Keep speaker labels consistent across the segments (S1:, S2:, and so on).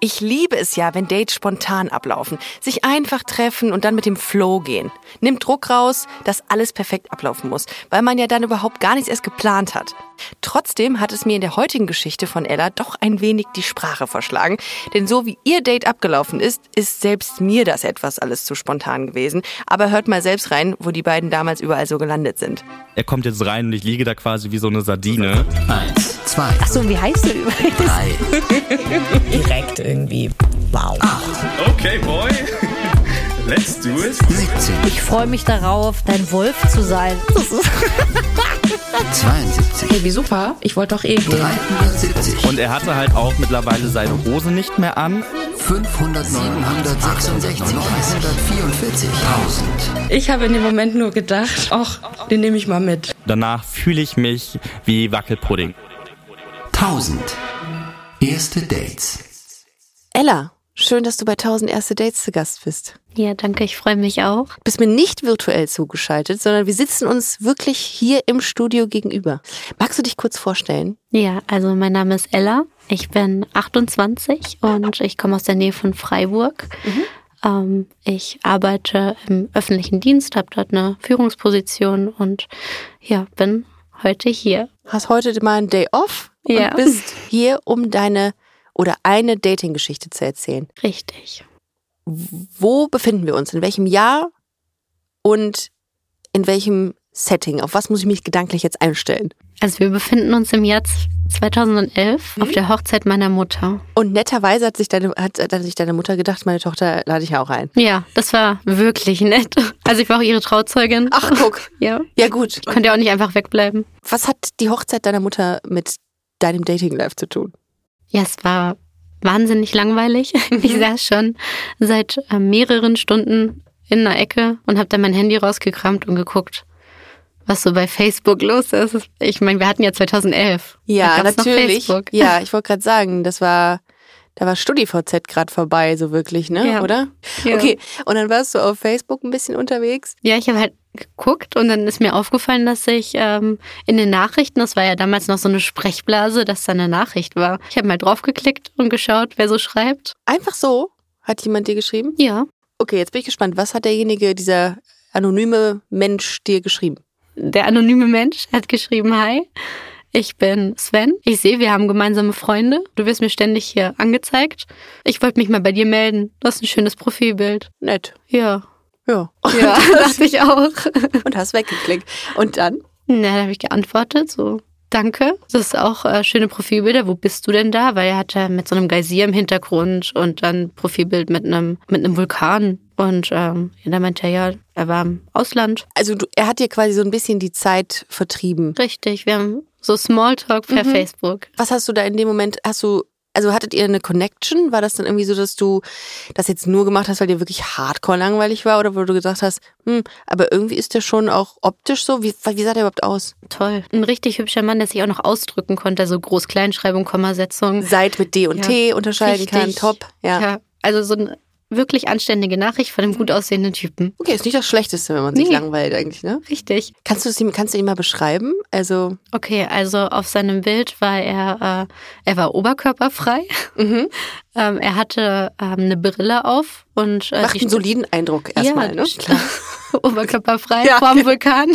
S1: Ich liebe es ja, wenn Dates spontan ablaufen, sich einfach treffen und dann mit dem Flow gehen. Nimmt Druck raus, dass alles perfekt ablaufen muss, weil man ja dann überhaupt gar nichts erst geplant hat. Trotzdem hat es mir in der heutigen Geschichte von Ella doch ein wenig die Sprache verschlagen, denn so wie ihr Date abgelaufen ist, ist selbst mir das etwas alles zu spontan gewesen. Aber hört mal selbst rein, wo die beiden damals überall so gelandet sind.
S2: Er kommt jetzt rein und ich liege da quasi wie so eine Sardine.
S3: Eins, zwei,
S4: So, wie heißt du übrigens?
S3: drei.
S5: Direkt irgendwie. Wow.
S2: Okay, boy. Let's do it.
S3: 17,
S4: Ich freue mich darauf, dein Wolf zu sein. Das ist
S3: 72,
S6: Wie super, ich wollte doch eh gehen.
S3: 73,
S2: Und er hatte halt auch mittlerweile seine Hose nicht mehr an.
S3: 500, 766, 944, 1000.
S6: Ich habe in dem Moment nur gedacht, ach, den nehme ich mal mit.
S2: Danach fühle ich mich wie Wackelpudding.
S3: 1000. Erste Dates.
S1: Ella, schön, dass du bei 1000 erste Dates zu Gast bist.
S7: Ja, danke, ich freue mich auch.
S1: Bist mir nicht virtuell zugeschaltet, sondern wir sitzen uns wirklich hier im Studio gegenüber. Magst du dich kurz vorstellen?
S7: Ja, also mein Name ist Ella, ich bin 28 und ich komme aus der Nähe von Freiburg. Ähm, ich arbeite im öffentlichen Dienst, habe dort eine Führungsposition und ja, bin heute hier.
S1: Hast heute mal einen Day off
S7: Ja.
S1: und bist hier, um deine oder eine Dating-Geschichte zu erzählen.
S7: Richtig.
S1: Wo befinden wir uns? In welchem Jahr und in welchem Setting? Auf was muss ich mich gedanklich jetzt einstellen?
S7: Also wir befinden uns im Jahr 2011 auf der Hochzeit meiner Mutter.
S1: Und netterweise hat sich deine, hat, hat sich deine Mutter gedacht, meine Tochter lade ich auch ein.
S7: Ja, das war wirklich nett. Also ich war auch ihre Trauzeugin.
S1: Ach, guck.
S7: Ja,
S1: Ja, gut.
S7: ich konnte ja auch nicht einfach wegbleiben.
S1: Was hat die Hochzeit deiner Mutter mit deinem Dating-Life zu tun?
S7: Ja, es war wahnsinnig langweilig.
S1: Mhm.
S7: Ich saß schon seit äh, mehreren Stunden in einer Ecke und habe dann mein Handy rausgekramt und geguckt, was so bei Facebook los ist. Ich meine, wir hatten ja 2011.
S1: Ja,
S7: Da gab's noch
S1: natürlich.
S7: Facebook.
S1: Ja, ich wollte gerade sagen, das war, da war StudiVZ gerade vorbei, so wirklich, ne?
S7: Ja.
S1: Oder?
S7: Ja.
S1: Okay, und dann warst du auf Facebook ein bisschen unterwegs.
S7: Ja, ich habe halt geguckt und dann ist mir aufgefallen, dass ich ähm, in den Nachrichten, das war ja damals noch so eine Sprechblase, dass da eine Nachricht war. Ich habe mal draufgeklickt und geschaut, wer so schreibt.
S1: Einfach so hat jemand dir geschrieben.
S7: Ja,
S1: Okay, jetzt bin ich gespannt. Was hat derjenige, dieser anonyme Mensch dir geschrieben?
S7: Der anonyme Mensch hat geschrieben, hi, ich bin Sven. Ich sehe, wir haben gemeinsame Freunde. Du wirst mir ständig hier angezeigt. Ich wollte mich mal bei dir melden. Du hast ein schönes Profilbild.
S1: Nett.
S7: Ja.
S1: Ja.
S7: Ja, dachte ich auch.
S1: Und hast weggeklickt. Und dann?
S7: Na, da habe ich geantwortet, so. Danke. Das ist auch äh, schöne Profilbilder. Wo bist du denn da? Weil er hat ja mit so einem Geysir im Hintergrund und dann Profilbild mit einem mit einem Vulkan. Und ähm, dann meinte er ja, er war im Ausland.
S1: Also du, er hat dir quasi so ein bisschen die Zeit vertrieben.
S7: Richtig, wir haben so Smalltalk per
S1: Mhm.
S7: Facebook.
S1: Was hast du da in dem Moment, hast du, also hattet ihr eine Connection? War das dann irgendwie so, dass du das jetzt nur gemacht hast, weil dir wirklich hardcore langweilig war oder wo du gedacht hast, hm, aber irgendwie ist der schon auch optisch so? Wie, wie sah der überhaupt aus?
S7: Toll. Ein richtig hübscher Mann, der sich auch noch ausdrücken konnte, also Groß-Kleinschreibung, Kommasetzung.
S1: Seit mit D und
S7: Ja,
S1: T unterscheiden kann,
S7: richtig.
S1: top. Ja.
S7: Also so eine wirklich anständige Nachricht von einem gut aussehenden Typen.
S1: Okay, ist nicht das Schlechteste, wenn man sich
S7: Nee.
S1: langweilt eigentlich, ne?
S7: Richtig.
S1: Kannst du es ihm, kannst du ihn mal beschreiben? Also,
S7: Okay, also auf seinem Bild war er, äh, er war oberkörperfrei.
S1: mhm.
S7: Ähm, er hatte ähm, eine Brille auf und äh,
S1: macht
S7: die
S1: einen
S7: Stu-
S1: soliden Eindruck erstmal,
S7: ja,
S1: ne?
S7: Klar. Oberkörperfrei
S1: Ja.
S7: vorm Vulkan.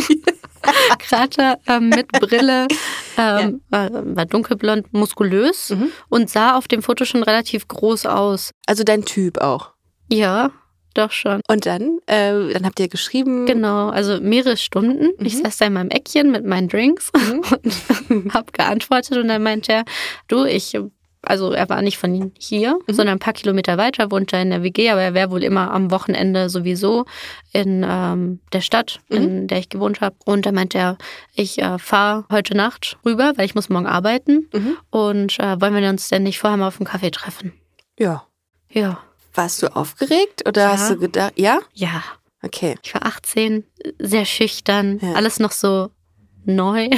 S7: Krater ähm, mit Brille, ähm, war, war dunkelblond, muskulös
S1: Mhm.
S7: und sah auf dem Foto schon relativ groß aus.
S1: Also dein Typ auch.
S7: Ja, doch schon.
S1: Und dann, äh, dann habt ihr geschrieben.
S7: Genau, also mehrere Stunden. Ich
S1: Mhm.
S7: saß da in meinem Eckchen mit meinen Drinks und habe geantwortet und dann meinte er, du, ich, also er war nicht von hier,
S1: Mhm.
S7: sondern ein paar Kilometer weiter, wohnt er in der WG, aber er wäre wohl immer am Wochenende sowieso in ähm, der Stadt,
S1: Mhm.
S7: in der ich gewohnt habe. Und dann meinte er, ich äh, fahre heute Nacht rüber, weil ich muss morgen arbeiten
S1: Mhm.
S7: und äh, wollen wir uns denn nicht vorher mal auf einen Kaffee treffen?
S1: Ja.
S7: Ja,
S1: Warst du aufgeregt oder
S7: Ja.
S1: hast du gedacht, ja?
S7: ja.
S1: Okay.
S7: Ich war 18, sehr schüchtern,
S1: Ja.
S7: alles noch so neu.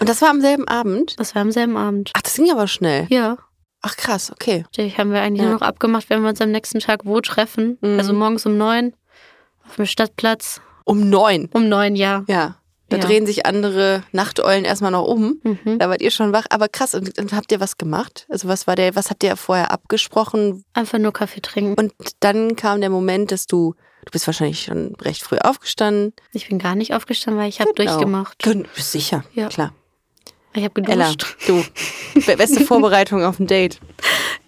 S1: Und das war am selben Abend?
S7: Das war am selben Abend.
S1: Ach, das ging aber schnell.
S7: Ja,
S1: Ach krass, okay.
S7: dich haben wir eigentlich
S1: Ja.
S7: nur noch abgemacht, wenn wir uns am nächsten Tag wo treffen.
S1: Mhm.
S7: Also morgens um neun auf dem Stadtplatz.
S1: Um neun.
S7: Um neun, ja.
S1: Ja. Da
S7: Ja. Mhm.
S1: drehen sich andere Nachteulen erstmal noch um. Da wart ihr schon wach. Aber krass, und, und habt ihr was gemacht? Also was war der, was habt ihr vorher abgesprochen?
S7: Einfach nur Kaffee trinken.
S1: Und dann kam der Moment, dass du, du bist wahrscheinlich schon recht früh aufgestanden.
S7: Ich bin gar nicht aufgestanden, weil ich habe durchgemacht.
S1: Genau. Du bist sicher, ja.
S7: Ja.
S1: klar.
S7: Ich habe
S1: Ella,
S7: geduscht.
S1: du, be- beste Vorbereitung auf ein Date.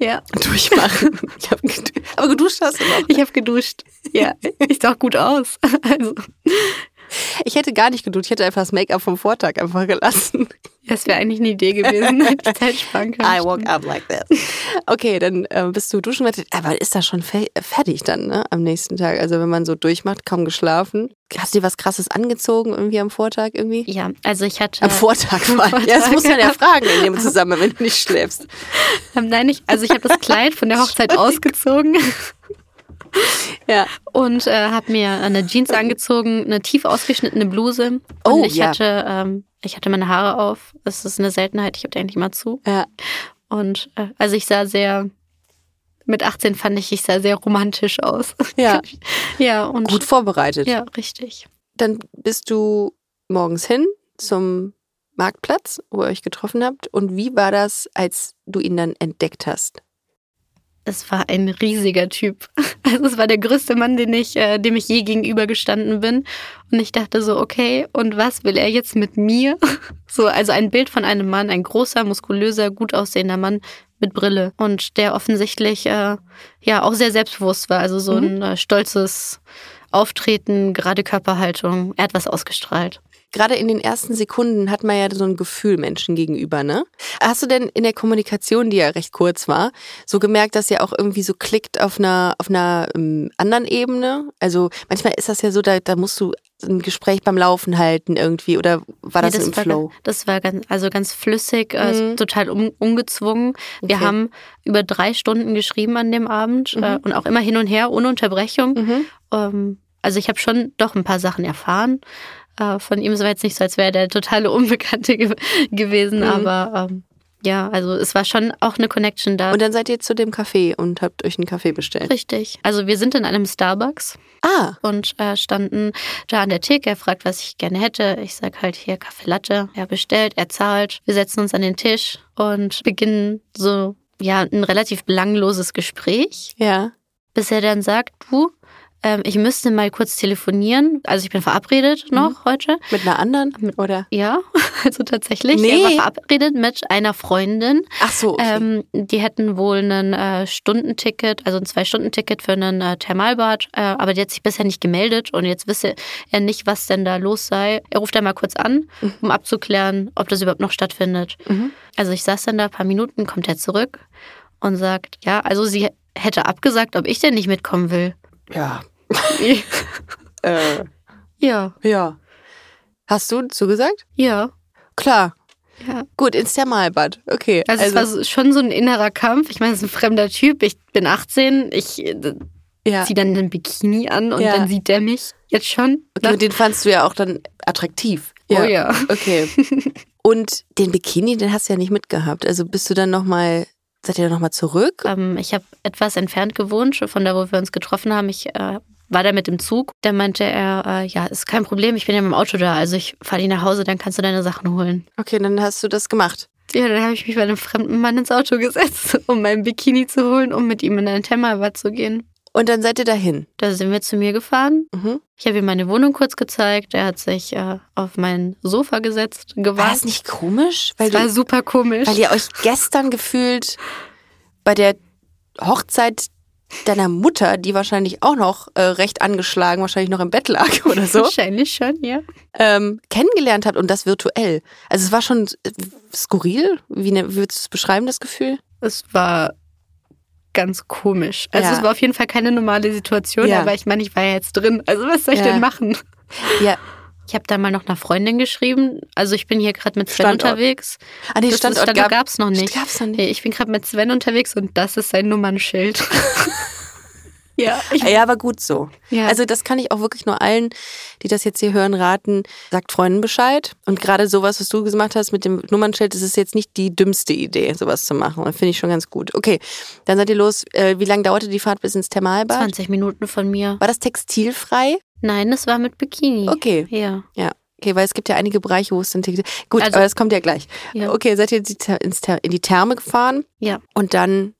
S7: Ja.
S1: Durchmachen. Ich hab gedu Aber geduscht hast du noch.
S7: Ich habe geduscht. Ja, ich sah auch gut aus. Also,
S1: Ich hätte gar nicht geduscht, ich hätte einfach das Make-up vom Vortag einfach gelassen.
S7: das wäre eigentlich eine Idee gewesen. Hätte ich Zeit sparen können.
S1: I walk up like that. Okay, dann äh, bist du duschen. gegangen. Aber ist das schon fe äh, fertig dann, ne? Am nächsten Tag. Also wenn man so durchmacht, kaum geschlafen. Hast du dir was krasses angezogen irgendwie am Vortag irgendwie?
S7: Ja, also ich hatte.
S1: Am Vortag mal. Ja, das muss man ja fragen in dem Zusammenhang, wenn du nicht schläfst.
S7: Ähm, Nein, ich, also ich habe das Kleid von der Hochzeit ausgezogen
S1: Ja.
S7: und äh, habe mir eine Jeans angezogen, eine tief ausgeschnittene Bluse.
S1: Oh,
S7: und ich
S1: ja.
S7: hatte, ähm, ich hatte meine Haare auf. Das ist eine Seltenheit. Ich habe die eigentlich immer zu.
S1: Ja.
S7: Und äh, also ich sah sehr. Mit 18 fand ich, ich sah sehr romantisch aus.
S1: Ja.
S7: ja und
S1: Gut vorbereitet.
S7: ja, richtig.
S1: Dann bist du morgens hin zum Marktplatz, wo ihr euch getroffen habt. Und wie war das, als du ihn dann entdeckt hast?
S7: Es war ein riesiger Typ. Also es war der größte Mann, den ich, äh, dem ich je gegenübergestanden bin. Und ich dachte so, okay, und was will er jetzt mit mir? So, also ein Bild von einem Mann, ein großer, muskulöser, gut aussehender Mann mit Brille und der offensichtlich äh, ja auch sehr selbstbewusst war. Also so ein äh, stolzes Auftreten, gerade Körperhaltung. Er hat was ausgestrahlt.
S1: Gerade in den ersten Sekunden hat man ja so ein Gefühl Menschen gegenüber, ne? Hast du denn in der Kommunikation, die ja recht kurz war, so gemerkt, dass ihr auch irgendwie so klickt auf einer, auf einer ähm, anderen Ebene? Also manchmal ist das ja so, da, da musst du ein Gespräch beim Laufen halten irgendwie oder war
S7: Nee,
S1: das, im
S7: war,
S1: Flow? Mhm.
S7: ga- Das war ganz, also ganz flüssig, äh, total un, ungezwungen.
S1: Okay.
S7: Wir
S1: Mhm.
S7: haben über drei Stunden geschrieben an dem Abend äh, und auch immer hin und her, ohne Unterbrechung. Ähm, also ich habe schon doch ein paar Sachen erfahren. Äh, von ihm Es war jetzt nicht so, als wäre der totale Unbekannte ge gewesen,
S1: Mhm.
S7: aber ähm, ja, also es war schon auch eine Connection da.
S1: Und dann seid ihr zu dem Café und habt euch einen Kaffee bestellt.
S7: Richtig. Also wir sind in einem Starbucks
S1: Ah,
S7: und äh, standen da an der Theke. Er fragt, was ich gerne hätte. Ich sag halt hier Kaffee Latte. Er bestellt, er zahlt. Wir setzen uns an den Tisch und beginnen so ja ein relativ belangloses Gespräch,
S1: ja.
S7: bis er dann sagt, du, ähm, ich müsste mal kurz telefonieren. Also ich bin verabredet noch heute.
S1: Mit einer anderen? Oder?
S7: Ja, also tatsächlich.
S1: Nee.
S7: Er war verabredet mit einer Freundin.
S1: Ach so, okay.
S7: Ähm, die hätten wohl ein äh, Stundenticket, also ein Zwei-Stunden-Ticket für einen äh, Thermalbad, äh, aber die hat sich bisher nicht gemeldet und jetzt wisse er nicht, was denn da los sei. Er ruft einmal kurz an,
S1: Mhm.
S7: um abzuklären, ob das überhaupt noch stattfindet. Also ich saß dann da ein paar Minuten, kommt er zurück und sagt, ja, also sie hätte abgesagt, ob ich denn nicht mitkommen will.
S1: Ja. Äh,
S7: Ja,
S1: Ja. Hast du zugesagt?
S7: ja.
S1: Klar.
S7: Ja.
S1: Gut, ins Thermalbad. Okay.
S7: Also, es war so- schon so ein innerer Kampf. Ich meine, es ist ein fremder Typ. Ich bin 18. Ich äh,
S1: ja.
S7: zieh dann den Bikini an und
S1: Ja.
S7: dann sieht der mich jetzt schon.
S1: Okay, und den fandst du ja auch dann attraktiv.
S7: ne? Oh ja.
S1: Okay. Und den Bikini, den hast du ja nicht mitgehabt. Also bist du dann nochmal, seid ihr dann nochmal zurück?
S7: Ähm, ich habe etwas entfernt gewohnt, von da, wo wir uns getroffen haben. Ich äh, war da mit dem Zug. Da meinte er, äh, ja, ist kein Problem, ich bin ja mit dem Auto da. Also ich fahre dich nach Hause, dann kannst du deine Sachen holen.
S1: Okay, dann hast du das gemacht.
S7: Ja, dann habe ich mich bei einem fremden Mann ins Auto gesetzt, um meinen Bikini zu holen, um mit ihm in ein Thermalbad zu gehen.
S1: Und dann seid ihr dahin.
S7: Da sind wir zu mir gefahren.
S1: Mhm.
S7: Ich habe ihm meine Wohnung kurz gezeigt. Er hat sich äh, auf mein Sofa gesetzt,
S1: War das
S7: gewartet.
S1: nicht komisch? Weil,
S7: Das war
S1: du,
S7: super komisch.
S1: weil ihr euch gestern gefühlt bei der Hochzeit deiner Mutter, die wahrscheinlich auch noch äh, recht angeschlagen, wahrscheinlich noch im Bett lag oder so,
S7: Wahrscheinlich schon, ja.
S1: ähm, kennengelernt habt und das virtuell. Also es war schon äh, skurril. Wie ne, würdest du es beschreiben, das Gefühl?
S7: Es war ganz komisch. Also
S1: Ja.
S7: es war auf jeden Fall keine normale Situation,
S1: Ja.
S7: aber ich meine, ich war ja jetzt drin. Also was soll ich
S1: Ja.
S7: denn machen?
S1: Ja,
S7: Ich habe da mal noch einer Freundin geschrieben. Also ich bin hier gerade mit Sven
S1: Standort.
S7: unterwegs.
S1: Ah, nee,
S7: Das ist-
S1: Standort
S7: Standort
S1: gab-
S7: gab's noch nicht.
S1: gab's noch nicht.
S7: Nee, ich bin gerade mit Sven unterwegs und das ist sein Nummernschild. ja, ich,
S1: Ja, aber gut so.
S7: Ja.
S1: Also das kann ich auch wirklich nur allen, die das jetzt hier hören, raten. Sagt Freunden Bescheid. Und gerade sowas, was du gemacht hast mit dem Nummernschild, das ist jetzt nicht die dümmste Idee, sowas zu machen. Das finde ich schon ganz gut. Okay, dann seid ihr los. Äh, Wie lange dauerte die Fahrt bis ins Thermalbad?
S7: 20 Minuten von mir.
S1: War das textilfrei?
S7: Nein, es war mit Bikini.
S1: Okay.
S7: Ja.
S1: Ja. Okay, weil es gibt ja einige Bereiche, wo es dann Tickets. Gut,
S7: Also-
S1: aber das kommt ja gleich.
S7: Ja.
S1: Okay, seid ihr die Ther- ins Ther- in die Therme gefahren
S7: Ja,
S1: und dann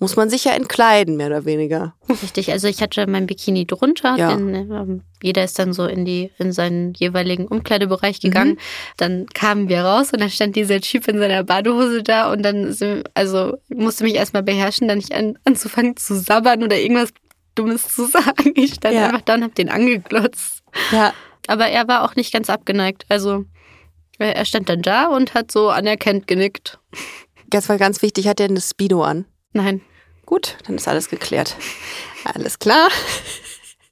S1: muss man sich ja entkleiden, mehr oder weniger.
S7: richtig. Also ich hatte mein Bikini drunter.
S1: Ja.
S7: In, ähm, jeder ist dann so in die in seinen jeweiligen Umkleidebereich
S1: Mhm.
S7: gegangen. Dann kamen wir raus und dann stand dieser Typ in seiner Badehose da und dann sind- also ich musste mich erstmal beherrschen, dann nicht an, anzufangen zu sabbern oder irgendwas Dummes zu sagen. Ich stand
S1: Ja.
S7: einfach da und hab den angeglotzt.
S1: Ja.
S7: Aber er war auch nicht ganz abgeneigt. Also äh, er stand dann da und hat so anerkennt genickt.
S1: Das war ganz wichtig. Hat er eine Speedo an?
S7: Nein,
S1: Gut, dann ist alles geklärt. Alles klar.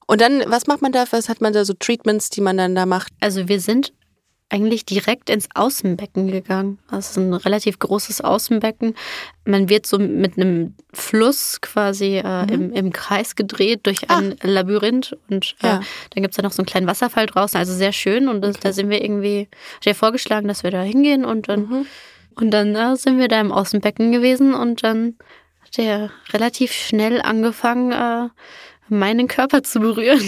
S1: Und dann, was macht man da? Was hat man da so Treatments, die man dann da macht?
S7: also wir sind eigentlich direkt ins Außenbecken gegangen. Das ist ein relativ großes Außenbecken. Man wird so mit einem Fluss quasi äh, im, im Kreis gedreht durch ein Labyrinth und äh,
S1: Ja.
S7: dann gibt es da noch so einen kleinen Wasserfall draußen, also sehr schön und das, da sind wir irgendwie, hat er vorgeschlagen, dass wir da hingehen und dann Und dann äh, sind wir da im Außenbecken gewesen und dann hat er relativ schnell angefangen, äh, meinen Körper zu berühren.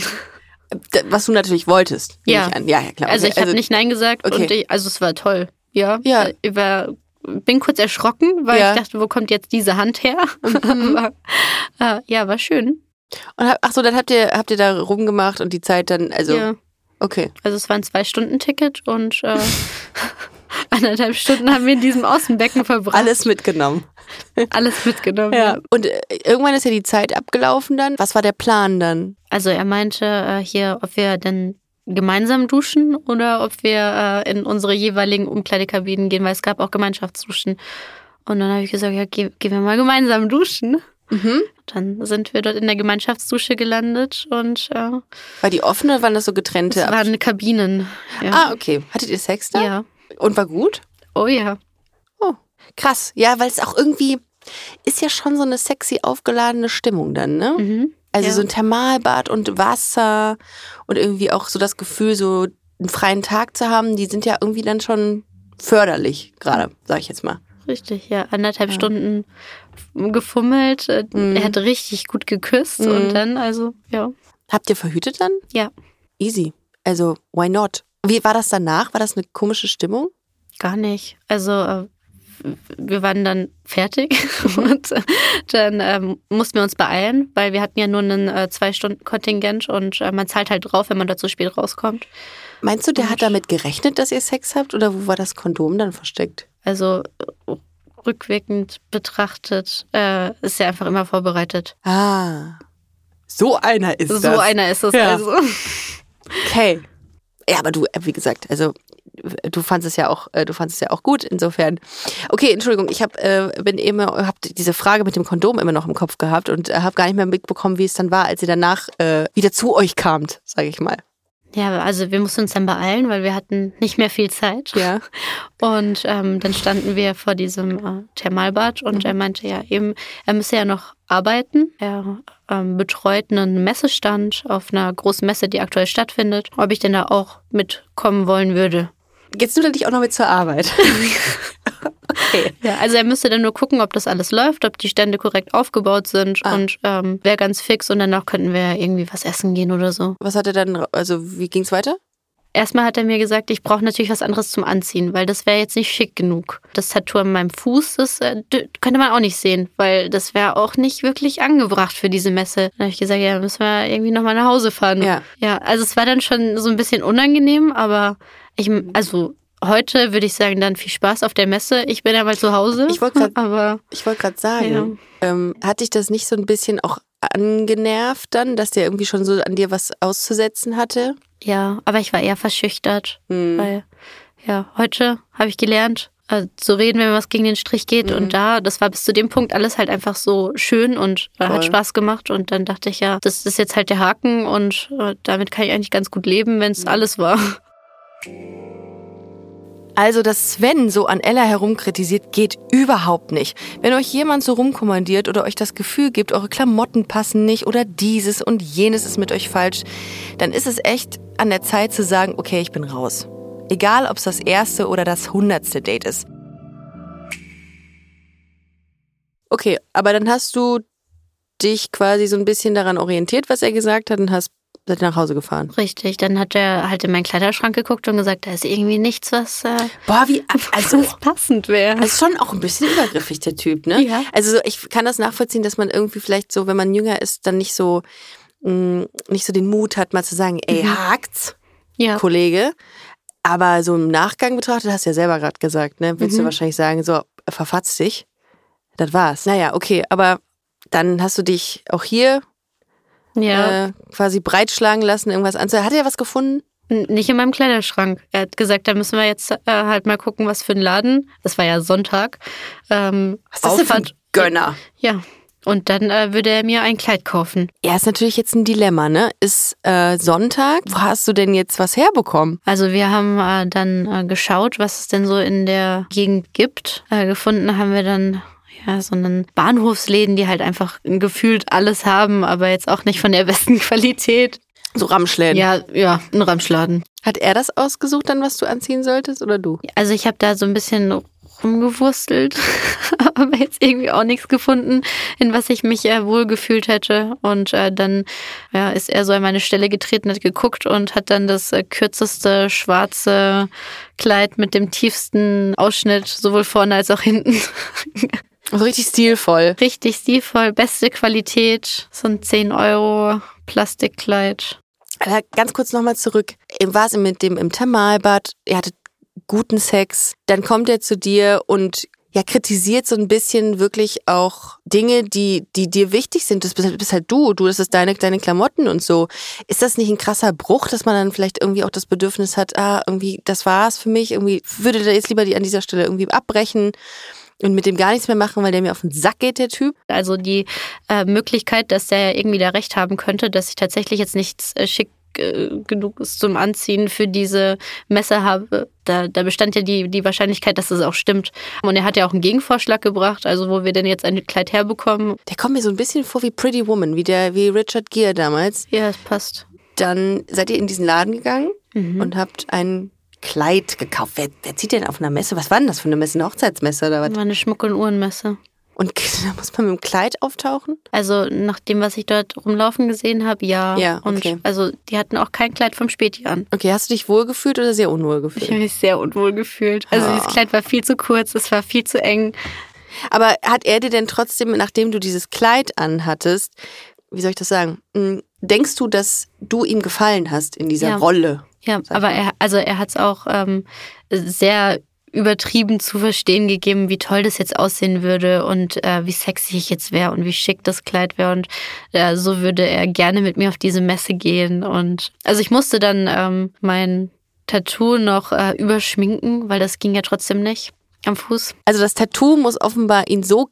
S1: D- Was du natürlich wolltest. nehme
S7: Ja.
S1: ich an. ja, ja, klar.
S7: Also
S1: Okay,
S7: ich habe nicht Nein gesagt
S1: okay.
S7: und ich, also es war toll. Ja.
S1: Ja.
S7: Ich war, bin kurz erschrocken, weil
S1: Ja. Mhm.
S7: ich dachte, wo kommt jetzt diese Hand her? Aber, äh, ja, war schön.
S1: Und hab, ach so, dann habt ihr, habt ihr da rumgemacht und die Zeit dann, also,
S7: Ja.
S1: okay.
S7: Also es war ein Zwei-Stunden-Ticket und äh, anderthalb Stunden haben wir in diesem Außenbecken verbracht.
S1: Alles mitgenommen.
S7: alles mitgenommen. ja.
S1: Und äh, irgendwann ist ja die Zeit abgelaufen dann. Was war der Plan dann?
S7: Also er meinte äh, hier, ob wir denn gemeinsam duschen oder ob wir äh, in unsere jeweiligen Umkleidekabinen gehen, weil es gab auch Gemeinschaftsduschen. Und dann habe ich gesagt, ja, geh, gehen wir mal gemeinsam duschen.
S1: Mhm.
S7: Dann sind wir dort in der Gemeinschaftsdusche gelandet und äh,
S1: War die offene, waren das so
S7: es
S1: getrennte? Ab-
S7: waren Kabinen. Ja.
S1: ah, okay. Hattet ihr Sex da?
S7: ja.
S1: Und war gut?
S7: Oh ja.
S1: Oh, krass. Ja, weil es auch irgendwie ist ja schon so eine sexy aufgeladene Stimmung dann, ne?
S7: Mhm.
S1: Also
S7: ja.
S1: so ein Thermalbad und Wasser und irgendwie auch so das Gefühl, so einen freien Tag zu haben, die sind ja irgendwie dann schon förderlich gerade, sag ich jetzt mal.
S7: Richtig, ja. Anderthalb Stunden gefummelt. Äh,
S1: Mhm.
S7: Er hat richtig gut geküsst
S1: Mhm.
S7: und dann, also, ja.
S1: Habt ihr verhütet dann?
S7: Ja.
S1: Easy. Also, why not? Wie war das danach? War das eine komische Stimmung?
S7: Gar nicht. Also äh, wir waren dann fertig
S1: Mhm.
S7: und dann ähm, mussten wir uns beeilen, weil wir hatten ja nur einen äh, zwei Stunden Kontingent und äh, man zahlt halt drauf, wenn man da zu spät rauskommt.
S1: Meinst du, der hat damit gerechnet, dass ihr Sex habt? Oder wo war das Kondom dann versteckt?
S7: Also äh, rückwirkend betrachtet äh, ist ja einfach immer vorbereitet.
S1: Ah. So einer ist
S7: so
S1: das.
S7: einer ist es
S1: Ja.
S7: also.
S1: Okay. Ja, aber du, äh, wie gesagt, also äh, du fandest es ja auch, äh, du fandest es ja auch gut. Insofern, okay, Entschuldigung, ich habe, äh, bin immer, habe diese Frage mit dem Kondom immer noch im Kopf gehabt und äh, habe gar nicht mehr mitbekommen, wie es dann war, als ihr danach äh, wieder zu euch kamt, sage ich mal.
S7: Ja, also wir mussten uns dann beeilen, weil wir hatten nicht mehr viel Zeit.
S1: Ja.
S7: Und ähm, dann standen wir vor diesem äh, Thermalbad und er meinte ja eben, er müsse ja noch arbeiten. Er ähm, betreut einen Messestand auf einer großen Messe, die aktuell stattfindet. Ob ich denn da auch mitkommen wollen würde?
S1: Jetzt nimmt er dich auch noch mit zur Arbeit. okay.
S7: Ja, also er müsste dann nur gucken, ob das alles läuft, ob die Stände korrekt aufgebaut sind
S1: Ah.
S7: und ähm, wäre ganz fix und danach könnten wir ja irgendwie was essen gehen oder so.
S1: Was hat er dann, ra- also wie ging's weiter?
S7: Erstmal hat er mir gesagt, ich brauche natürlich was anderes zum Anziehen, weil das wäre jetzt nicht schick genug. Das Tattoo an meinem Fuß, das äh, d- könnte man auch nicht sehen, weil das wäre auch nicht wirklich angebracht für diese Messe. Dann habe ich gesagt, ja, müssen wir irgendwie nochmal nach Hause fahren.
S1: Ja.
S7: Ja, also es war dann schon so ein bisschen unangenehm, aber ich, also heute würde ich sagen, dann viel Spaß auf der Messe. Ich bin ja mal zu Hause.
S1: Ich wollte grad-
S7: aber
S1: Ich wollte gerade sagen, ähm, hat dich das nicht so ein bisschen auch angenervt dann, dass der irgendwie schon so an dir was auszusetzen hatte?
S7: ja, aber ich war eher verschüchtert,
S1: Hm.
S7: weil ja, heute habe ich gelernt äh, zu reden, wenn mir was gegen den Strich geht
S1: Mhm.
S7: und da, das war bis zu dem Punkt alles halt einfach so schön und äh,
S1: Voll.
S7: hat Spaß gemacht und dann dachte ich ja, das ist jetzt halt der Haken und äh, damit kann ich eigentlich ganz gut leben, wenn es alles war.
S1: Also, dass Sven so an Ella herumkritisiert, geht überhaupt nicht. Wenn euch jemand so rumkommandiert oder euch das Gefühl gibt, eure Klamotten passen nicht oder dieses und jenes ist mit euch falsch, dann ist es echt an der Zeit zu sagen, okay, ich bin raus. Egal, ob es das erste oder das hundertste Date ist. Okay, aber dann hast du dich quasi so ein bisschen daran orientiert, was er gesagt hat und hast seid ihr nach Hause gefahren.
S7: Richtig, dann hat er halt in meinen Kleiderschrank geguckt und gesagt, da ist irgendwie nichts, was, äh,
S1: Boah, wie, also,
S7: was passend wäre.
S1: Also schon auch ein bisschen übergriffig, der Typ, ne?
S7: Ja.
S1: Also so, ich kann das nachvollziehen, dass man irgendwie vielleicht so, wenn man jünger ist, dann nicht so, mh, nicht so den Mut hat, mal zu sagen, ey, hakt's,
S7: Mhm. ja.
S1: Kollege. Aber so im Nachgang betrachtet, hast du ja selber gerade gesagt, ne? Willst
S7: Mhm.
S1: du wahrscheinlich sagen, so, verfatz dich. Das war's. Naja, okay, aber dann hast du dich auch hier
S7: ja.
S1: äh, quasi breitschlagen lassen, irgendwas anzuhören. Hat er was gefunden?
S7: N- Nicht in meinem Kleiderschrank. Er hat gesagt, da müssen wir jetzt äh, halt mal gucken, was für ein Laden. Es war ja Sonntag. Ähm,
S1: Aufwand- Gönner?
S7: Ja. Und dann äh, würde er mir ein Kleid kaufen.
S1: Ja, ist natürlich jetzt ein Dilemma, ne? Ist äh, Sonntag, wo hast du denn jetzt was herbekommen?
S7: Also wir haben äh, dann äh, geschaut, was es denn so in der Gegend gibt. Äh, gefunden haben wir dann ja so einen Bahnhofsläden, die halt einfach gefühlt alles haben, aber jetzt auch nicht von der besten Qualität.
S1: So Ramschläden.
S7: Ja, ja, ein Ramschladen.
S1: Hat er das ausgesucht dann, was du anziehen solltest oder du?
S7: Also ich habe da so ein bisschen rumgewurstelt, aber jetzt irgendwie auch nichts gefunden, in was ich mich äh, wohlgefühlt hätte. Und äh, dann ja, ist er so an meine Stelle getreten, hat geguckt und hat dann das äh, kürzeste schwarze Kleid mit dem tiefsten Ausschnitt, sowohl vorne als auch hinten.
S1: So richtig stilvoll.
S7: Richtig stilvoll, beste Qualität, so ein 10 Euro Plastikkleid.
S1: Aber ganz kurz nochmal zurück. Ihm War es mit dem im Thermalbad? Ihr hattet guten Sex. Dann kommt er zu dir und ja, kritisiert so ein bisschen wirklich auch Dinge, die, die dir wichtig sind. Das bist, halt- bist halt du. Du, das ist deine, deine Klamotten und so. Ist das nicht ein krasser Bruch, dass man dann vielleicht irgendwie auch das Bedürfnis hat, ah, irgendwie, das war's für mich, irgendwie würde da jetzt lieber die an dieser Stelle irgendwie abbrechen und mit dem gar nichts mehr machen, weil der mir auf den Sack geht, der Typ?
S7: Also die äh, Möglichkeit, dass der irgendwie da recht haben könnte, dass ich tatsächlich jetzt nichts äh, schick äh, genug ist zum Anziehen für diese Messe habe, da, da bestand ja die, die Wahrscheinlichkeit, dass es auch stimmt. Und er hat ja auch einen Gegenvorschlag gebracht, also wo wir denn jetzt ein Kleid herbekommen.
S1: Der kommt mir so ein bisschen vor wie Pretty Woman, wie der, wie Richard Gere damals.
S7: Ja, es passt.
S1: Dann seid ihr in diesen Laden gegangen
S7: Mhm.
S1: und habt ein Kleid gekauft. Wer, wer zieht denn auf einer Messe? Was war denn das für eine Messe? Eine Hochzeitsmesse oder was?
S7: War eine Schmuck- und Uhrenmesse.
S1: Und da muss man mit dem Kleid auftauchen?
S7: Also nach dem, was ich dort rumlaufen gesehen habe, ja.
S1: Ja, okay.
S7: Und also die hatten auch kein Kleid vom Späti an.
S1: Okay, hast du dich wohlgefühlt oder sehr unwohl
S7: Ich habe
S1: gefühlt?
S7: mich sehr unwohl gefühlt. Also
S1: Ah.
S7: dieses Kleid war viel zu kurz, es war viel zu eng.
S1: Aber hat er dir denn trotzdem, nachdem du dieses Kleid anhattest, wie soll ich das sagen? Hm, Denkst du, dass du ihm gefallen hast in dieser
S7: Ja.
S1: Rolle?
S7: Ja, aber er, also er hat es auch ähm, sehr übertrieben zu verstehen gegeben, wie toll das jetzt aussehen würde und äh, wie sexy ich jetzt wäre und wie schick das Kleid wäre und äh, so würde er gerne mit mir auf diese Messe gehen und also ich musste dann ähm, mein Tattoo noch äh, überschminken, weil das ging ja trotzdem nicht am Fuß.
S1: Also das Tattoo muss offenbar ihn so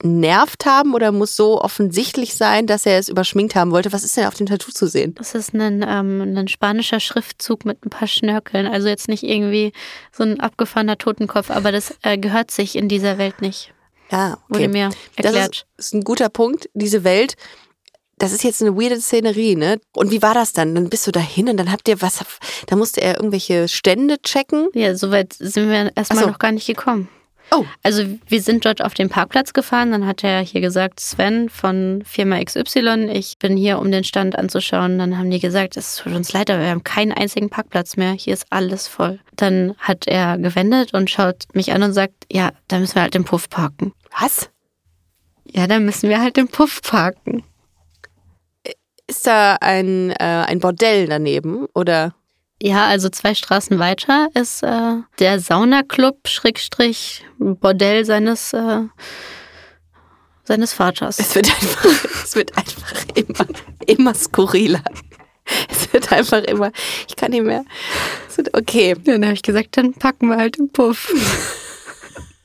S1: genervt haben oder muss so offensichtlich sein, dass er es überschminkt haben wollte. Was ist denn auf dem Tattoo zu sehen?
S7: Das ist ein, ähm, ein spanischer Schriftzug mit ein paar Schnörkeln, also jetzt nicht irgendwie so ein abgefahrener Totenkopf, aber das äh, gehört sich in dieser Welt nicht.
S1: Ja, Ah, okay.
S7: Wurde mir
S1: Das
S7: erklärt.
S1: ist, ist ein guter Punkt. Diese Welt, das ist jetzt eine weirde Szenerie, ne? Und wie war das dann? Dann bist du dahin und dann habt ihr was, da musste er irgendwelche Stände checken.
S7: Ja, soweit sind wir erstmal
S1: Ach so.
S7: noch gar nicht gekommen.
S1: Oh.
S7: Also wir sind dort auf den Parkplatz gefahren, dann hat er hier gesagt, Sven von Firma XY, ich bin hier, um den Stand anzuschauen. Dann haben die gesagt, es tut uns leid, aber wir haben keinen einzigen Parkplatz mehr, hier ist alles voll. Dann hat er gewendet und schaut mich an und sagt, ja, da müssen wir halt den Puff parken.
S1: Was?
S7: Ja, dann müssen wir halt den Puff parken.
S1: Ist da ein, äh, ein Bordell daneben? Oder?
S7: Ja, also zwei Straßen weiter ist äh, der Saunaclub Schrägstrich Bordell seines äh, seines Vaters.
S1: Es wird einfach, es wird einfach immer, immer skurriler. Es wird einfach immer, ich kann nicht mehr. Es wird, okay.
S7: Dann habe ich gesagt, dann packen wir halt den Puff.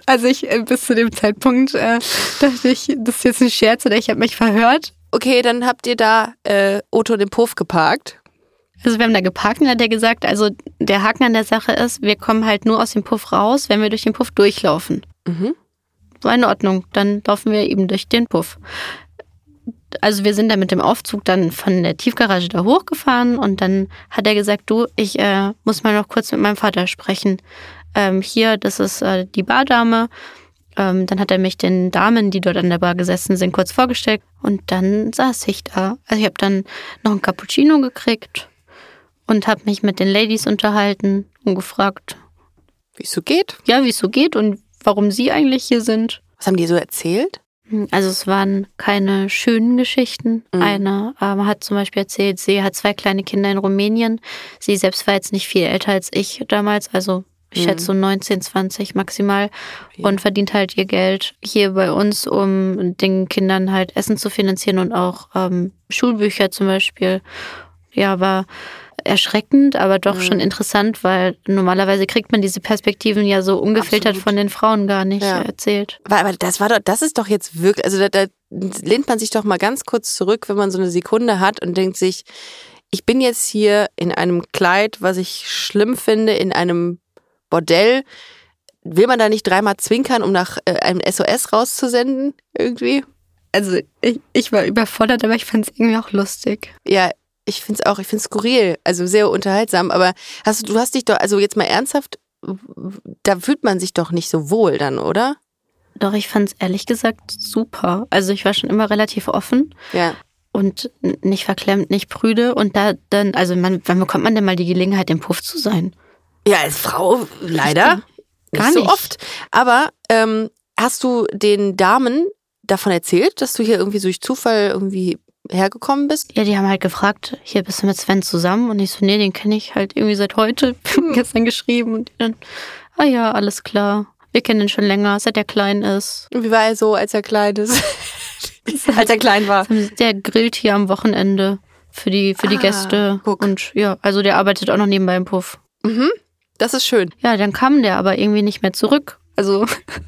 S7: Also ich äh, bis zu dem Zeitpunkt äh, dachte ich, das ist jetzt ein Scherz oder ich habe mich verhört.
S1: Okay, dann habt ihr da äh, Otto den Puff geparkt.
S7: Also wir haben da geparkt und hat er gesagt, also der Haken an der Sache ist, wir kommen halt nur aus dem Puff raus, wenn wir durch den Puff durchlaufen.
S1: Mhm.
S7: war in Ordnung. Dann laufen wir eben durch den Puff. Also wir sind da mit dem Aufzug dann von der Tiefgarage da hochgefahren und dann hat er gesagt, du, ich äh, muss mal noch kurz mit meinem Vater sprechen. Ähm, hier, das ist äh, die Bardame. Ähm, dann hat er mich den Damen, die dort an der Bar gesessen sind, kurz vorgestellt. Und dann saß ich da. Also ich habe dann noch einen Cappuccino gekriegt und habe mich mit den Ladies unterhalten und gefragt,
S1: Wie es so geht?
S7: ja, wie es so geht und warum sie eigentlich hier sind.
S1: Was haben die so erzählt?
S7: Also es waren keine schönen Geschichten. Eine ähm, hat zum Beispiel erzählt, sie hat zwei kleine Kinder in Rumänien. Sie selbst war jetzt nicht viel älter als ich damals, also ich schätze so 19, 20 maximal und verdient halt ihr Geld hier bei uns, um den Kindern halt Essen zu finanzieren und auch ähm, Schulbücher zum Beispiel. Ja, war erschreckend, aber doch schon interessant, weil normalerweise kriegt man diese Perspektiven ja so ungefiltert von den Frauen gar nicht
S1: Ja.
S7: erzählt.
S1: Weil- Aber das war doch, das ist doch jetzt wirklich, also da, da lehnt man sich doch mal ganz kurz zurück, wenn man so eine Sekunde hat und denkt sich, ich bin jetzt hier in einem Kleid, was ich schlimm finde, in einem Bordell. Will man da nicht dreimal zwinkern, um nach äh, einem SOS rauszusenden? Irgendwie?
S7: Also ich, ich war überfordert, aber ich fand es irgendwie auch lustig.
S1: Ja, ich find's auch, ich find's skurril, also sehr unterhaltsam, aber hast du, du hast dich doch, also jetzt mal ernsthaft, da fühlt man sich doch nicht so wohl dann, oder?
S7: Doch, ich fand es ehrlich gesagt super. Also ich war schon immer relativ offen
S1: Ja.
S7: und n- nicht verklemmt, nicht prüde. Und da dann, also man, wann bekommt man denn mal die Gelegenheit, im Puff zu sein?
S1: Ja, als Frau leider.
S7: Gar
S1: nicht so
S7: nicht.
S1: oft. Aber ähm, hast du den Damen davon erzählt, dass du hier irgendwie durch Zufall irgendwie hergekommen bist?
S7: Ja, die haben halt gefragt, hier bist du mit Sven zusammen? Und ich so, nee, den kenne ich halt irgendwie seit heute, gestern geschrieben. Und die dann, ah ja, alles klar. Wir kennen ihn schon länger, seit er klein ist.
S1: Wie war er so, als er klein ist? als er klein war.
S7: Der grillt hier am Wochenende für die, für die
S1: Ah,
S7: Gäste.
S1: guck.
S7: Und ja, also der arbeitet auch noch nebenbei im Puff.
S1: Das ist schön.
S7: Ja, dann kam der aber irgendwie nicht mehr zurück. Also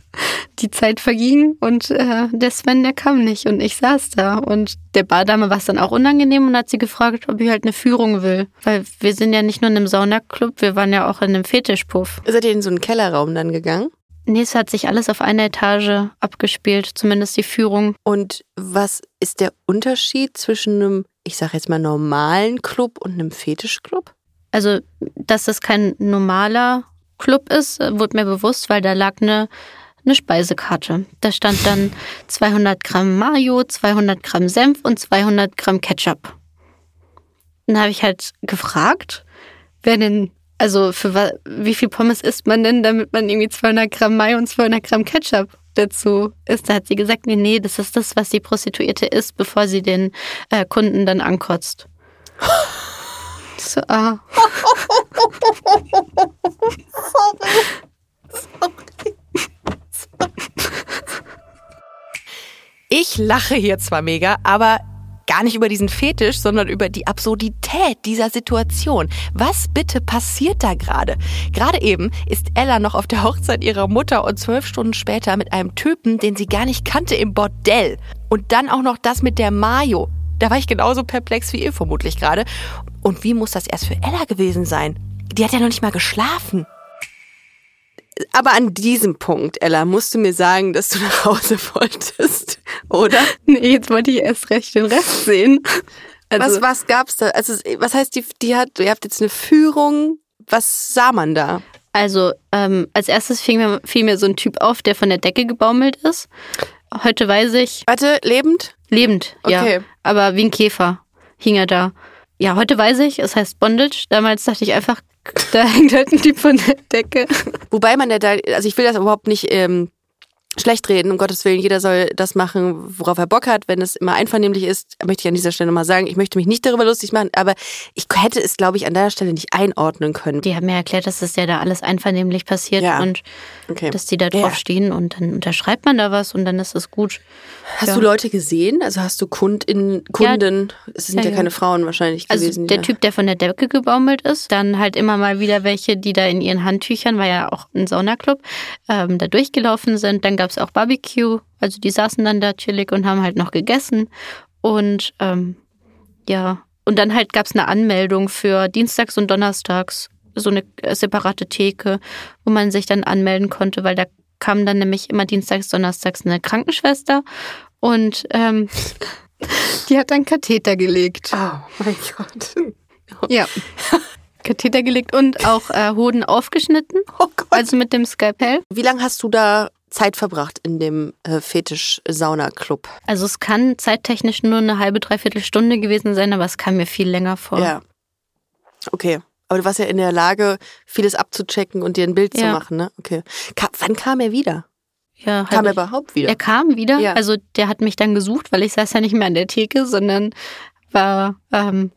S7: die Zeit verging und äh, der Sven, der kam nicht und ich saß da. Und der Bardame war es dann auch unangenehm und hat sie gefragt, ob ich halt eine Führung will. Weil wir sind ja nicht nur in einem Saunaclub, wir waren ja auch in einem Fetischpuff.
S1: Seid ihr in so einen Kellerraum dann gegangen?
S7: Nee, es hat sich alles auf einer Etage abgespielt, zumindest die Führung.
S1: Und was ist der Unterschied zwischen einem, ich sag jetzt mal, normalen Club und einem Fetischclub?
S7: Also, dass das kein normaler Club ist, äh, wurde mir bewusst, weil da lag eine, eine Speisekarte. Da stand dann 200 Gramm Mayo, 200 Gramm Senf und 200 Gramm Ketchup. Dann habe ich halt gefragt, wer denn, also für wa- wie viel Pommes isst man denn, damit man irgendwie 200 Gramm Mayo und 200 Gramm Ketchup dazu isst. Da hat sie gesagt, nee, nee, das ist das, was die Prostituierte isst, bevor sie den äh, Kunden dann ankotzt. Ich So, ah.
S1: Ich lache hier zwar mega, aber gar nicht über diesen Fetisch, sondern über die Absurdität dieser Situation. Was bitte passiert da gerade? Gerade eben ist Ella noch auf der Hochzeit ihrer Mutter und zwölf Stunden später mit einem Typen, den sie gar nicht kannte, im Bordell. Und dann auch noch das mit der Mayo. Da war ich genauso perplex wie ihr vermutlich gerade. Und wie muss das erst für Ella gewesen sein? Die hat ja noch nicht mal geschlafen. Aber an diesem Punkt, Ella, musst du mir sagen, dass du nach Hause wolltest, oder?
S7: Nee, jetzt wollte ich erst recht den Rest sehen.
S1: was
S7: Also,
S1: was gab's da? Also was heißt die die hat ihr habt jetzt eine Führung? Was sah man da?
S7: also ähm, als erstes fiel mir, fiel mir so ein Typ auf, der von der Decke gebaumelt ist. Heute weiß ich,
S1: Warte, lebend?
S7: lebend,
S1: Okay.
S7: ja. Aber wie ein Käfer hing er da. Ja, heute weiß ich, es heißt Bondage. Damals dachte ich einfach, da hängt halt ein Typ von der Decke.
S1: Wobei man ja da, also ich will das überhaupt nicht ähm, schlecht reden, um Gottes Willen, jeder soll das machen, worauf er Bock hat, wenn es immer einvernehmlich ist, möchte ich an dieser Stelle nochmal sagen, ich möchte mich nicht darüber lustig machen, aber ich hätte es, glaube ich, an deiner Stelle nicht einordnen können.
S7: Die haben mir erklärt, dass das ja da alles einvernehmlich passiert
S1: Ja.
S7: und
S1: Okay.
S7: dass die da
S1: Ja.
S7: drauf stehen und dann unterschreibt man da was und dann ist es gut.
S1: Hast
S7: Ja.
S1: du Leute gesehen? Also hast du Kundin, Kunden, es sind ja,
S7: Ja, ja.
S1: keine Frauen wahrscheinlich
S7: Also
S1: gewesen. die
S7: der
S1: da-
S7: Typ, der von der Decke gebaumelt ist, dann halt immer mal wieder welche, die da in ihren Handtüchern, war ja auch ein Saunaclub, ähm, da durchgelaufen sind. Dann gab es auch Barbecue, also die saßen dann da chillig und haben halt noch gegessen. Und ähm, ja, und dann halt gab es eine Anmeldung für Dienstags und Donnerstags, so eine äh, separate Theke, wo man sich dann anmelden konnte, weil da kam dann nämlich immer Dienstags, Donnerstags eine Krankenschwester und ähm, die hat dann Katheter gelegt.
S1: Oh mein Gott.
S7: Ja. Katheter gelegt und auch äh, Hoden aufgeschnitten.
S1: Oh Gott.
S7: Also mit dem Skalpell.
S1: Wie lange hast du da Zeit verbracht in dem äh, Fetisch-Sauna-Club?
S7: Also es kann zeittechnisch nur eine halbe, dreiviertel Stunde gewesen sein, aber es kam mir viel länger vor.
S1: Ja. Okay. Aber du warst ja in der Lage, vieles abzuchecken und dir ein Bild zu
S7: Ja.
S1: machen, ne? Okay. Ka wann kam er wieder?
S7: Ja,
S1: Kam
S7: halbe-
S1: er überhaupt wieder?
S7: Er kam wieder.
S1: Ja.
S7: Also der hat mich dann gesucht, weil ich saß ja nicht mehr an der Theke, sondern war ähm,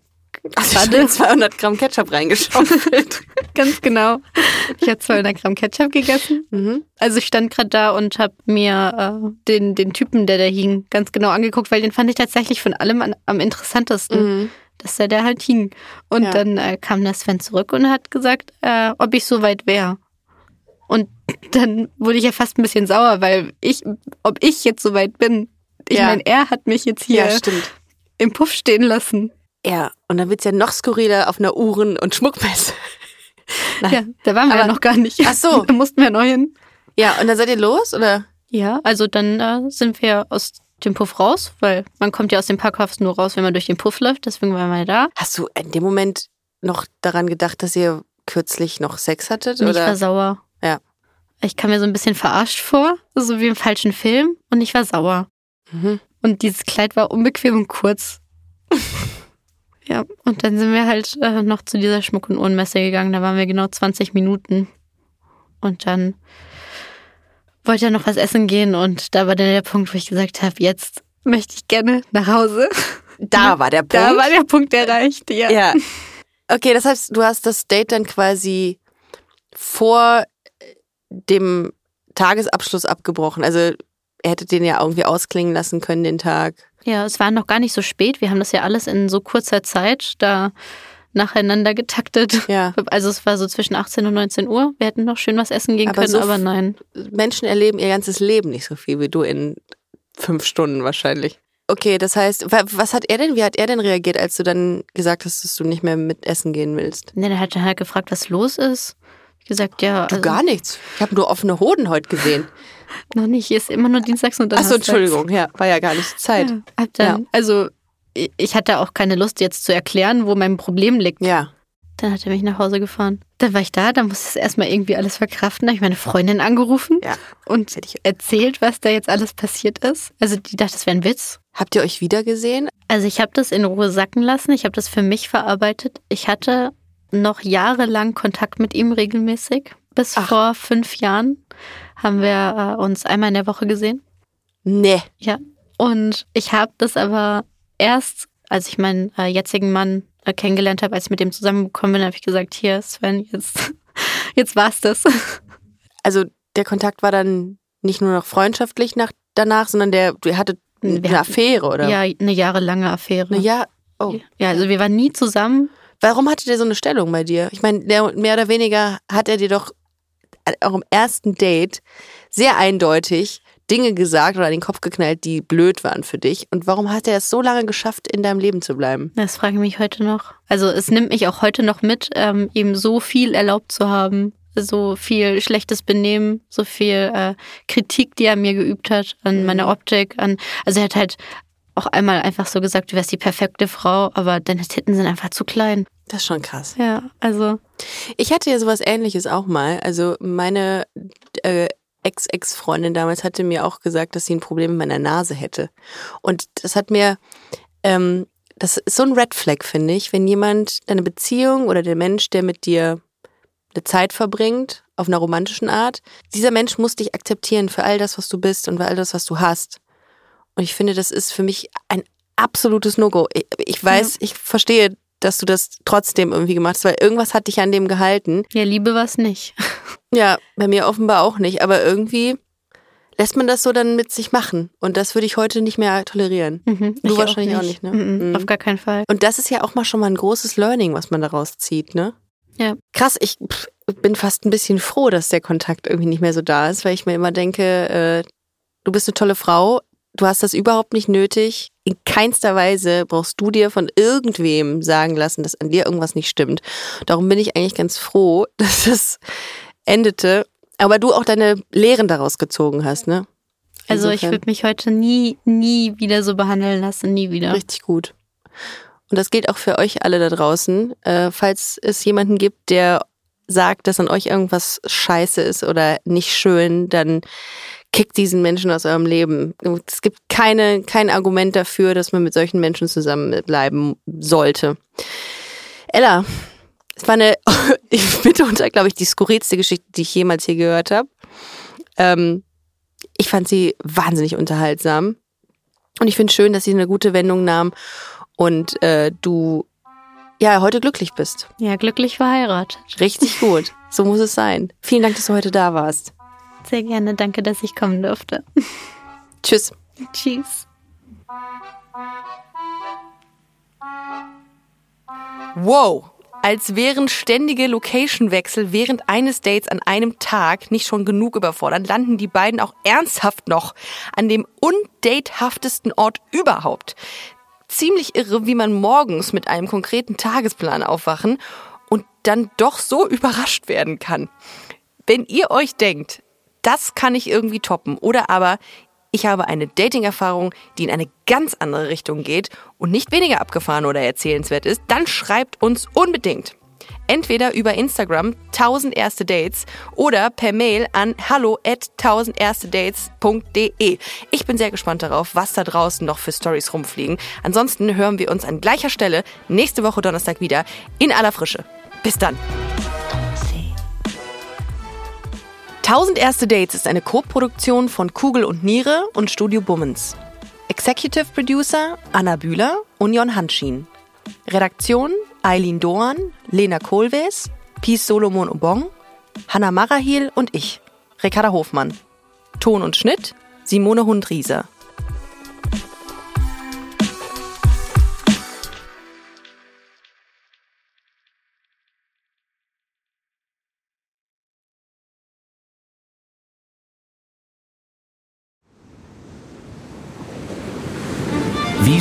S1: Hast du schon 200 Gramm Ketchup reingeschaufelt?
S7: ganz genau. Ich habe 200 Gramm Ketchup gegessen.
S1: mhm.
S7: Also ich stand gerade da und habe mir äh, den, den Typen, der da hing, ganz genau angeguckt, weil den fand ich tatsächlich von allem an, am interessantesten,
S1: Mhm.
S7: dass der da halt hing. Und
S1: Ja.
S7: dann äh, kam der Sven zurück und hat gesagt, äh, ob ich so weit wäre. Und dann wurde ich ja fast ein bisschen sauer, weil ich, ob ich jetzt so weit bin. Ich
S1: Ja.
S7: meine, er hat mich jetzt hier
S1: Ja, stimmt.
S7: im Puff stehen lassen.
S1: Ja, und dann wird's ja noch skurriler auf einer Uhren- und Schmuckmesse. Nein.
S7: Ja, da waren
S1: Ah.
S7: wir
S1: Aber-
S7: ja noch gar nicht.
S1: Ach so.
S7: da mussten wir neu hin.
S1: Ja, und dann seid ihr los, oder?
S7: Ja, also dann äh, sind wir aus dem Puff raus, weil man kommt ja aus dem Parkhaus nur raus, wenn man durch den Puff läuft. Deswegen waren wir da.
S1: Hast du in dem Moment noch daran gedacht, dass ihr kürzlich noch Sex hattet?
S7: Und ich war
S1: Oder?
S7: sauer.
S1: Ja.
S7: Ich kam mir so ein bisschen verarscht vor, so wie im falschen Film. Und ich war sauer.
S1: Mhm.
S7: Und dieses Kleid war unbequem und kurz. ja, und dann sind wir halt äh, noch zu dieser Schmuck- und Uhrenmesse gegangen. Da waren wir genau 20 Minuten. Und dann wollte er noch was essen gehen. Und da war dann der Punkt, wo ich gesagt habe, jetzt möchte ich gerne nach Hause.
S1: Da war der Punkt.
S7: Da war der Punkt erreicht, ja.
S1: ja. Okay, das heißt, du hast das Date dann quasi vor äh, dem Tagesabschluss abgebrochen. Also ihr hättet den ja irgendwie ausklingen lassen können, den Tag.
S7: Ja, es war noch gar nicht so spät. Wir haben das ja alles in so kurzer Zeit da nacheinander getaktet.
S1: Ja.
S7: Also es war so zwischen 18 und 19 Uhr. Wir hätten noch schön was essen gehen
S1: Aber
S7: können,
S1: so
S7: aber
S1: f-
S7: nein.
S1: Menschen erleben ihr ganzes Leben nicht so viel wie du in fünf Stunden wahrscheinlich. Okay, das heißt, wa- was hat er denn, wie hat er denn reagiert, als du dann gesagt hast, dass du nicht mehr mit essen gehen willst?
S7: Nee, dann hat er halt gefragt, was los ist. Ich gesagt, ja, also
S1: Du gar nichts. Ich habe nur offene Hoden heute gesehen.
S7: noch nicht. Hier ist immer nur Dienstags und Donnerstags.
S1: Achso, Entschuldigung, ja, war ja gar nicht Zeit.
S7: Ja, hab dann, Also ich- ich hatte auch keine Lust, jetzt zu erklären, wo mein Problem liegt.
S1: Ja.
S7: Dann hat er mich nach Hause gefahren. Dann war ich da, dann musste ich es erstmal irgendwie alles verkraften. Da habe ich meine Freundin angerufen
S1: Ja.
S7: und
S1: Hätte ich-
S7: erzählt, was da jetzt alles passiert ist. Also die dachte, das wäre ein Witz.
S1: Habt ihr euch wieder gesehen?
S7: Also ich habe das in Ruhe sacken lassen. Ich habe das für mich verarbeitet. Ich hatte noch jahrelang Kontakt mit ihm regelmäßig. Bis
S1: Ach.
S7: vor fünf Jahren haben wir äh, uns einmal in der Woche gesehen.
S1: Nee.
S7: Ja. Und ich habe das aber erst, als ich meinen äh, jetzigen Mann äh, kennengelernt habe, als ich mit dem zusammengekommen bin, habe ich gesagt, hier Sven, jetzt, jetzt war's das.
S1: Also der Kontakt war dann nicht nur noch freundschaftlich nach, danach, sondern der, du hattet
S7: Wir
S1: eine
S7: hatten-
S1: Affäre, oder?
S7: Ja, eine jahrelange Affäre.
S1: Ne, ja. Oh.
S7: Ja, also wir waren nie zusammen.
S1: Warum hatte der so eine Stellung bei dir? Ich meine, der- mehr oder weniger hat er dir doch äh, auch im ersten Date sehr eindeutig Dinge gesagt oder an den Kopf geknallt, die blöd waren für dich. Und warum hat er es so lange geschafft, in deinem Leben zu bleiben?
S7: Das frage ich mich heute noch. Also es nimmt mich auch heute noch mit, ähm, ihm so viel erlaubt zu haben, so viel schlechtes Benehmen, so viel äh, Kritik, die er mir geübt hat,
S1: Mhm.
S7: an meiner Optik, an. Also er hat halt auch einmal einfach so gesagt, du wärst die perfekte Frau, aber deine Titten sind einfach zu klein.
S1: Das ist schon krass.
S7: Ja, also
S1: Ich hatte ja sowas ähnliches auch mal. Also meine äh, Ex-Ex-Freundin damals hatte mir auch gesagt, dass sie ein Problem mit meiner Nase hätte. Und das hat mir, ähm, das ist so ein Red Flag, finde ich, wenn jemand deine Beziehung oder der Mensch, der mit dir eine Zeit verbringt, auf einer romantischen Art, dieser Mensch muss dich akzeptieren für all das, was du bist und für all das, was du hast. Und ich finde, das ist für mich ein absolutes No-Go. Ich, ich weiß, ich verstehe, dass du das trotzdem irgendwie gemacht hast, weil irgendwas hat dich an dem gehalten.
S7: ja, Liebe war es nicht.
S1: Ja, bei mir offenbar auch nicht, aber irgendwie lässt man das so dann mit sich machen. Und das würde ich heute nicht mehr tolerieren.
S7: Mhm,
S1: Du
S7: ich
S1: wahrscheinlich auch nicht, ne?
S7: Mhm,
S1: Mhm.
S7: Auf gar keinen Fall.
S1: Und das ist ja auch mal schon mal ein großes Learning, was man daraus zieht, ne?
S7: Ja.
S1: Krass, ich pff, bin fast ein bisschen froh, dass der Kontakt irgendwie nicht mehr so da ist, weil ich mir immer denke, äh, du bist eine tolle Frau, du hast das überhaupt nicht nötig. In keinster Weise brauchst du dir von irgendwem sagen lassen, dass an dir irgendwas nicht stimmt. Darum bin ich eigentlich ganz froh, dass das endete. Aber du auch deine Lehren daraus gezogen hast, ne?
S7: Also ich
S1: Insofern.
S7: würde mich heute nie, nie wieder so behandeln lassen, nie wieder.
S1: Richtig gut. Und das gilt auch für euch alle da draußen. Äh, falls es jemanden gibt, der sagt, dass an euch irgendwas scheiße ist oder nicht schön, dann Kickt diesen Menschen aus eurem Leben. Es gibt keine, kein Argument dafür, dass man mit solchen Menschen zusammenbleiben sollte. Ella, es war eine, ich mitunter, glaube ich, die skurrilste Geschichte, die ich jemals hier gehört habe. Ähm, ich fand sie wahnsinnig unterhaltsam. Und ich finde schön, dass sie eine gute Wendung nahm und äh, du ja heute glücklich bist.
S7: Ja, glücklich verheiratet.
S1: Richtig gut. So muss es sein. Vielen Dank, dass du heute da warst.
S7: Sehr gerne. Danke, dass ich kommen durfte.
S1: Tschüss.
S7: Tschüss.
S1: Wow. Als wären ständige Location-Wechsel während eines Dates an einem Tag nicht schon genug überfordernd, landen die beiden auch ernsthaft noch an dem undatehaftesten Ort überhaupt. Ziemlich irre, wie man morgens mit einem konkreten Tagesplan aufwachen und dann doch so überrascht werden kann. Wenn ihr euch denkt, das kann ich irgendwie toppen oder aber ich habe eine Dating-Erfahrung, die in eine ganz andere Richtung geht und nicht weniger abgefahren oder erzählenswert ist, dann schreibt uns unbedingt. Entweder über Instagram 1000 erste Dates oder per Mail an hallo at 1000erstedates.de. Ich bin sehr gespannt darauf, was da draußen noch für Stories rumfliegen. Ansonsten hören wir uns an gleicher Stelle nächste Woche Donnerstag wieder in aller Frische. Bis dann. 1000 Erste Dates ist eine Co-Produktion von Kugel und Niere und Studio Bummens. Executive Producer Anna Bühler und Jon Hanschin. Redaktion Eileen Doan, Lena Kohlwees, Peace Solomon Obong, Hanna Marahil und ich, Ricarda Hofmann. Ton und Schnitt Simone Hundrieser.
S8: Wie